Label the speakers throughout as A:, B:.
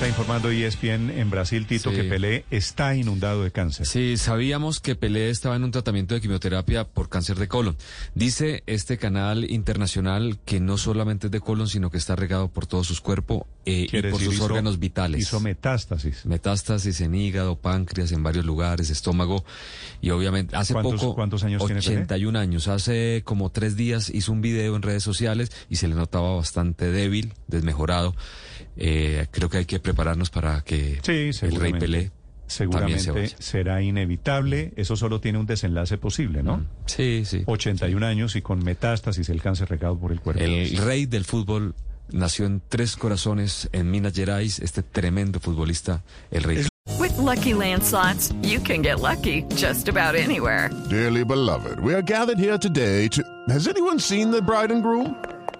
A: Está informando E ESPN en Brasil, Tito,
B: Sí.
A: que Pelé está inundado de cáncer.
B: Sí, sabíamos que Pelé estaba en un tratamiento de quimioterapia por cáncer de colon. Dice este canal internacional que no solamente es de colon, sino que está regado por todo su cuerpo eh, y
A: Quiere
B: por
A: decir,
B: sus
A: hizo-
B: órganos vitales.
A: Hizo metástasis.
B: metástasis en hígado, páncreas, en varios lugares, estómago y obviamente hace
A: ¿Cuántos-
B: poco
A: cuántos años tiene Pelé?
B: 81 años, hace como tres días hizo un video en redes sociales y se le notaba bastante débil, desmejorado. Eh, creo que hay que prepararnos para que
A: Sí,
B: el rey
A: seguramente.
B: Pelé también se
A: Seguramente
B: vaya.
A: será inevitable. Eso solo tiene un desenlace posible, ¿no?
B: Sí, Mm. sí.
A: 81 años y con metástasis el cáncer regado por el cuerpo.
B: El rey del fútbol nació en tres corazones en Minas Gerais, este tremendo futbolista, el rey.
C: With Lucky Land slots, you can get lucky just about anywhere.
D: Dearly beloved, we are gathered here today to. Has anyone seen the bride and groom?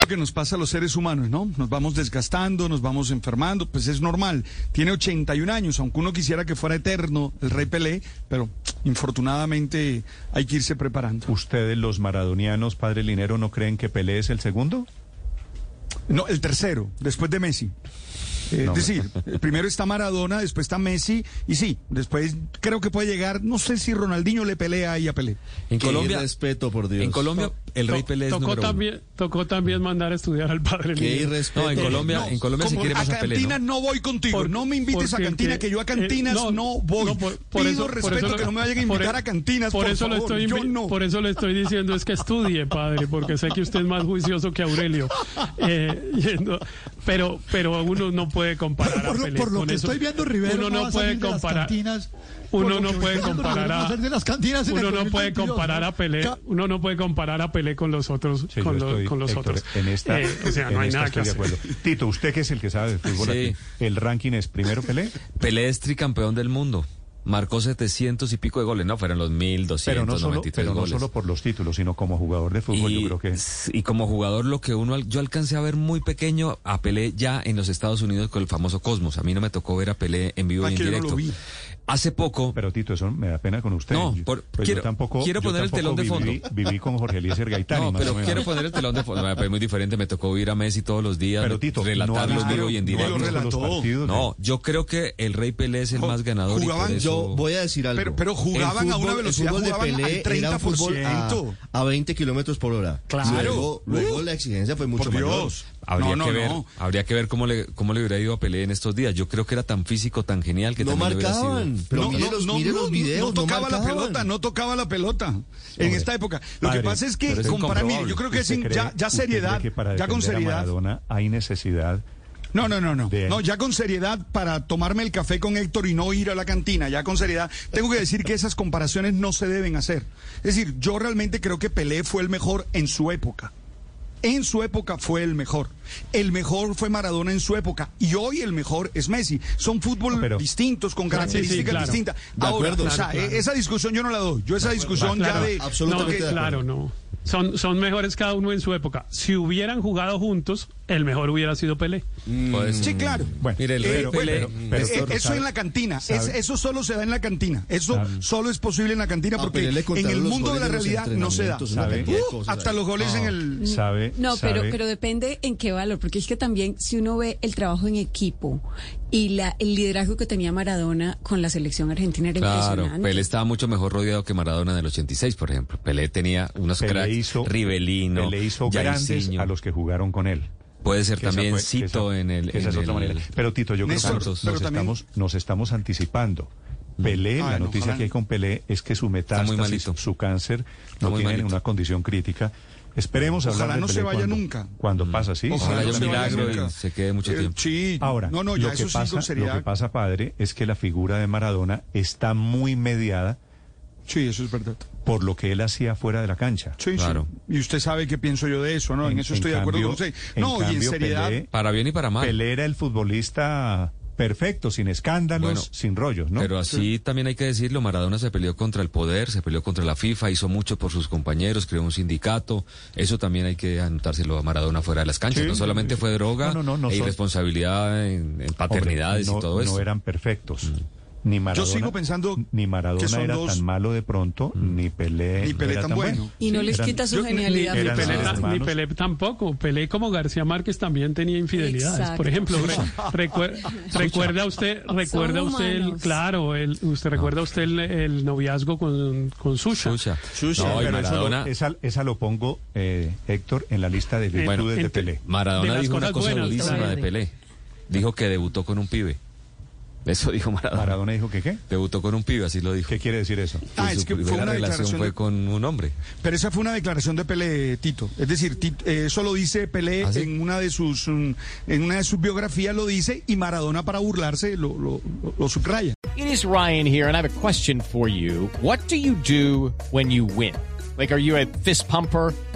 E: Lo que nos pasa a los seres humanos, ¿no? Nos vamos desgastando, nos vamos enfermando, pues es normal. Tiene 81 años, aunque uno quisiera que fuera eterno el rey Pelé, pero infortunadamente hay que irse preparando.
A: ¿Ustedes, los maradonianos, padre Linero, no creen que Pelé es el segundo?
E: No, el tercero, después de Messi. Eh,
A: No.
E: Es decir, eh, primero está Maradona, después está Messi, y sí, después creo que puede llegar, no sé si Ronaldinho le pelea ahí a Pelé.
B: En
F: Qué
B: Colombia,
F: irrespeto, por Dios.
B: en Colombia el rey Pelé es
G: tocó
B: número uno.
G: también, Tocó también mandar a estudiar al padre
F: Qué
G: Linero.
F: irrespeto.
B: No, en Colombia,
E: No,
B: en Colombia se
E: como
B: quiere más a,
E: a
B: Pelé.
E: cantinas
B: ¿no?
E: no voy contigo.
G: Por-
E: no me invites a
G: porque
E: cantina, que yo a
G: eh,
E: cantinas
G: no,
E: no, voy.
G: no, por- por
E: Pido
G: eso- por eso
E: respeto
G: lo-
E: que no me vayan a
G: por
E: invitar
G: e-
E: a cantinas, por,
G: Por eso lo
E: favor.
G: estoy
E: yo
G: invi-
E: no.
G: por eso le estoy diciendo es que estudie, padre, porque sé que usted es más juicioso que Aurelio. Eh, yendo- pero pero uno no puede comparar
F: Por
G: a
F: lo,
G: Pelé
F: por lo
G: con
F: que
G: eso.
F: estoy viendo, Rivero
G: uno no,
F: va a
G: puede
F: salir de las
G: comparar
F: cantinas. Por
G: uno
F: lo
G: no
F: que
G: puede
F: estoy viendo, Rivero
G: comparar
F: va a
G: a
F: salir de las cantinas en el
G: uno no puede
F: 2022,
G: comparar
F: ¿no?
G: a Pelé
F: Ca-
G: uno no puede comparar a Pelé con los otros
A: Sí,
G: con,
A: yo
G: los-
A: estoy,
G: con los
A: Héctor,
G: otros
A: En esta,
G: Eh, o sea no
A: en
G: hay
A: esta
G: nada que
A: estoy
G: hacer
A: de acuerdo. Tito, usted que es el que sabe de fútbol
B: Sí.
A: aquí, el ranking es primero Pelé,
B: Pelé es tricampeón del mundo. Marcó 700 y pico de goles, no, fueron los
A: pero no,
B: 1293
A: solo, pero no
B: goles.
A: solo por los títulos, sino como jugador de fútbol,
B: Y,
A: yo creo que...
B: y como jugador, lo que uno al- yo alcancé a ver muy pequeño a Pelé ya en los Estados Unidos con el famoso Cosmos. A mí no me tocó ver a Pelé en vivo
E: Ah,
B: y en
E: que yo no
B: directo.
E: lo vi.
B: Hace poco,
A: Pero Tito, eso me da pena con usted.
B: No,
A: Yo-
B: por-
A: pues
B: quiero-
A: yo tampoco,
B: quiero
A: yo
B: poner el
A: tampoco
B: telón de
A: viví-
B: fondo.
A: Viví con Jorge Eliezer Gaitán.
B: no,
A: más o
B: pero
A: menos.
B: quiero poner el telón de fondo. No, pero es muy diferente, me tocó ir a Messi todos los días,
A: Pero
B: me-
A: Tito,
B: relatarlo en
A: no,
B: vivo y en
A: no,
B: directo.
A: no,
B: No,
A: no, los
F: Relató.
A: partidos,
B: yo creo que el Rey Pelé es el
E: Jo-
B: más ganador. y
E: jugaban
B: por eso-
F: Yo voy a decir algo.
E: Pero- pero
F: El
E: jugaban a una
F: el
E: velocidad,
F: fútbol de
E: jugaban al
F: Pelé era un fútbol a,
E: 30%.
F: a 20 kilómetros por hora.
E: Claro.
F: Luego, luego
E: Uh.
F: la exigencia fue mucho
E: Por
F: mayor.
E: Dios.
B: Habría,
E: no, no,
B: que ver,
E: no.
B: habría que ver cómo le, cómo le hubiera ido a Pelé en estos días. Yo creo que era tan físico, tan genial que
F: No
B: también le hubiera sido-
F: marcaban. Pero
E: no,
F: mire
E: no,
F: los,
E: no,
F: mire
E: no,
F: los
E: no,
F: videos.
E: no tocaba la
F: marcaban.
E: pelota, no tocaba la pelota en esta época. Lo
A: Padre,
E: que pasa es que
B: pero es
E: compararme,
B: incomprobable.
E: yo creo que
A: ¿Usted
E: sin
A: cree-
E: ya, ya
A: usted cree
E: seriedad,
A: que para
E: ya con
A: defender a
E: seriedad.
A: Maradona hay necesidad
E: No, no, no, no.
A: De-
E: No, ya con seriedad para tomarme el café con Héctor y no ir a la cantina, ya con seriedad, tengo que decir que esas comparaciones no se deben hacer. Es decir, yo realmente creo que Pelé fue el mejor en su época. En su época fue el mejor. El mejor fue Maradona en su época. Y hoy el mejor es Messi. Son fútbol
A: Pero-
E: distintos, con
G: Claro, sí, sí,
E: características
G: claro.
E: distintas.
F: De
E: Ahora,
F: acuerdo.
E: o sea,
G: Claro, claro.
E: eh, esa discusión yo no la doy. Yo esa discusión
G: Claro,
E: ya de...
F: absolutamente
E: No,
F: de
E: que-
F: acuerdo.
G: claro, no. Son, son mejores cada uno en su época. Si hubieran jugado juntos, el mejor hubiera sido Pelé.
B: Pues,
E: Sí, claro.
A: Mm, Bueno,
B: Mire, el rey
E: Eh,
B: Pelé-
A: bueno, pero-
E: es-
A: pero-
E: es- eso
A: sabe-
E: en la cantina, es-
A: sabe-
E: eso solo se da en la cantina, eso
A: Sabe.
E: solo es posible en la cantina
F: Ah,
E: porque
F: pero le
E: en
F: contaron
E: el
F: los
E: mundo de
F: goles
E: la
F: de los
E: realidad no se da.
F: entrenamientos, una
A: ¿Sabe?
F: cantidad de
E: Uh,
F: cosas
E: hasta
F: ahí.
E: los goles en el...
A: sabe,
H: No, pero,
A: sabe-
H: pero depende en qué valor, porque es que también si uno ve el trabajo en equipo y la, el liderazgo que tenía Maradona con la selección argentina era
B: Claro,
H: impresionante.
B: Pelé estaba mucho mejor rodeado que Maradona en el 86, por ejemplo. Pelé tenía unos
A: Pelé
B: cracks,
A: hizo-
B: Rivelino,
A: Pelé hizo grandes
B: Jairzinho.
A: a los que jugaron con él.
B: Puede ser
A: Que esa
B: también
A: fue- que
B: Cito
A: esa-
B: en el...
A: que esa es
B: en
A: otra
B: el-
A: manera. Pero Tito, yo creo que
B: Néstor,
A: nos,
B: pero
A: nos
E: también-
A: estamos, nos estamos anticipando.
B: Mm.
A: Pelé, ah, la no, noticia ojalá. que hay con Pelé es que su metástasis, su cáncer, lo no tiene en una condición crítica. Esperemos
E: ojalá
A: hablar de
E: no
A: Pelé
E: se vaya
A: cuando,
E: nunca.
A: Cuando pasa, sí.
B: Mm. Ojalá, ojalá no haya un milagro nunca. y se quede mucho eh, tiempo.
E: Sí.
A: Ahora, no, no, ya lo, que eso pasa, sí, lo que pasa, padre, es que la figura de Maradona está muy mediada.
E: Sí, eso es verdad.
A: Por lo que él hacía fuera de la cancha.
E: Sí, claro. Sí. Y usted sabe qué pienso yo de eso, ¿no? En, en eso estoy en de acuerdo cambio, con usted. No,
A: cambio,
E: y en seriedad.
A: Pelé,
B: para bien y para mal.
A: Pelé era el futbolista perfecto, sin escándalos, bueno, sin rollos, ¿no?
B: Pero así sí. también hay que decirlo, Maradona se peleó contra el poder, se peleó contra la FIFA, hizo mucho por sus compañeros, creó un sindicato, eso también hay que anotárselo a Maradona fuera de las canchas, sí, no solamente sí. fue droga no, no, no, e irresponsabilidad en, en paternidades
A: Hombre,
B: y todo eso.
A: No eran perfectos. Mm. Ni Maradona,
E: Yo sigo pensando
A: ni Maradona
E: que
A: era
E: dos...
A: tan malo de pronto, mm. ni Pelé,
E: ni Pelé
A: era
E: tan, tan bueno. bueno.
H: Y no les quita su Yo, genialidad.
G: Ni, ni, Pelé, ni, Pelé, tampoco. Pelé como García Márquez también tenía infidelidades. Exacto. Por ejemplo, re, recuer, recuerda usted, recuerda Son usted, el, claro, el, usted recuerda usted el, el noviazgo con, con Susha.
B: Susha.
A: Susha. No, pero Maradona... esa, lo, esa, esa, lo pongo, eh, Héctor, en la lista de virtudes bueno, de en, Pelé.
B: Maradona de dijo una cosa buenísima de Pelé. Dijo que debutó con un pibe. Eso dijo Maradona.
A: Maradona dijo que qué?
B: Debutó con un pibe, así lo dijo.
A: ¿Qué quiere decir eso?
B: Ah, que es que fue una relación de... fue con un hombre.
E: Pero esa fue una declaración de Pelé, Tito. Es decir, Tito, eh, eso lo dice Pelé ¿Ah, sí? en una de sus um, en una de sus biografías lo dice y Maradona para burlarse lo, lo, lo subraya.
I: It is Ryan here and I have a question for you. What do you do when you win? Like are you a fist pumper?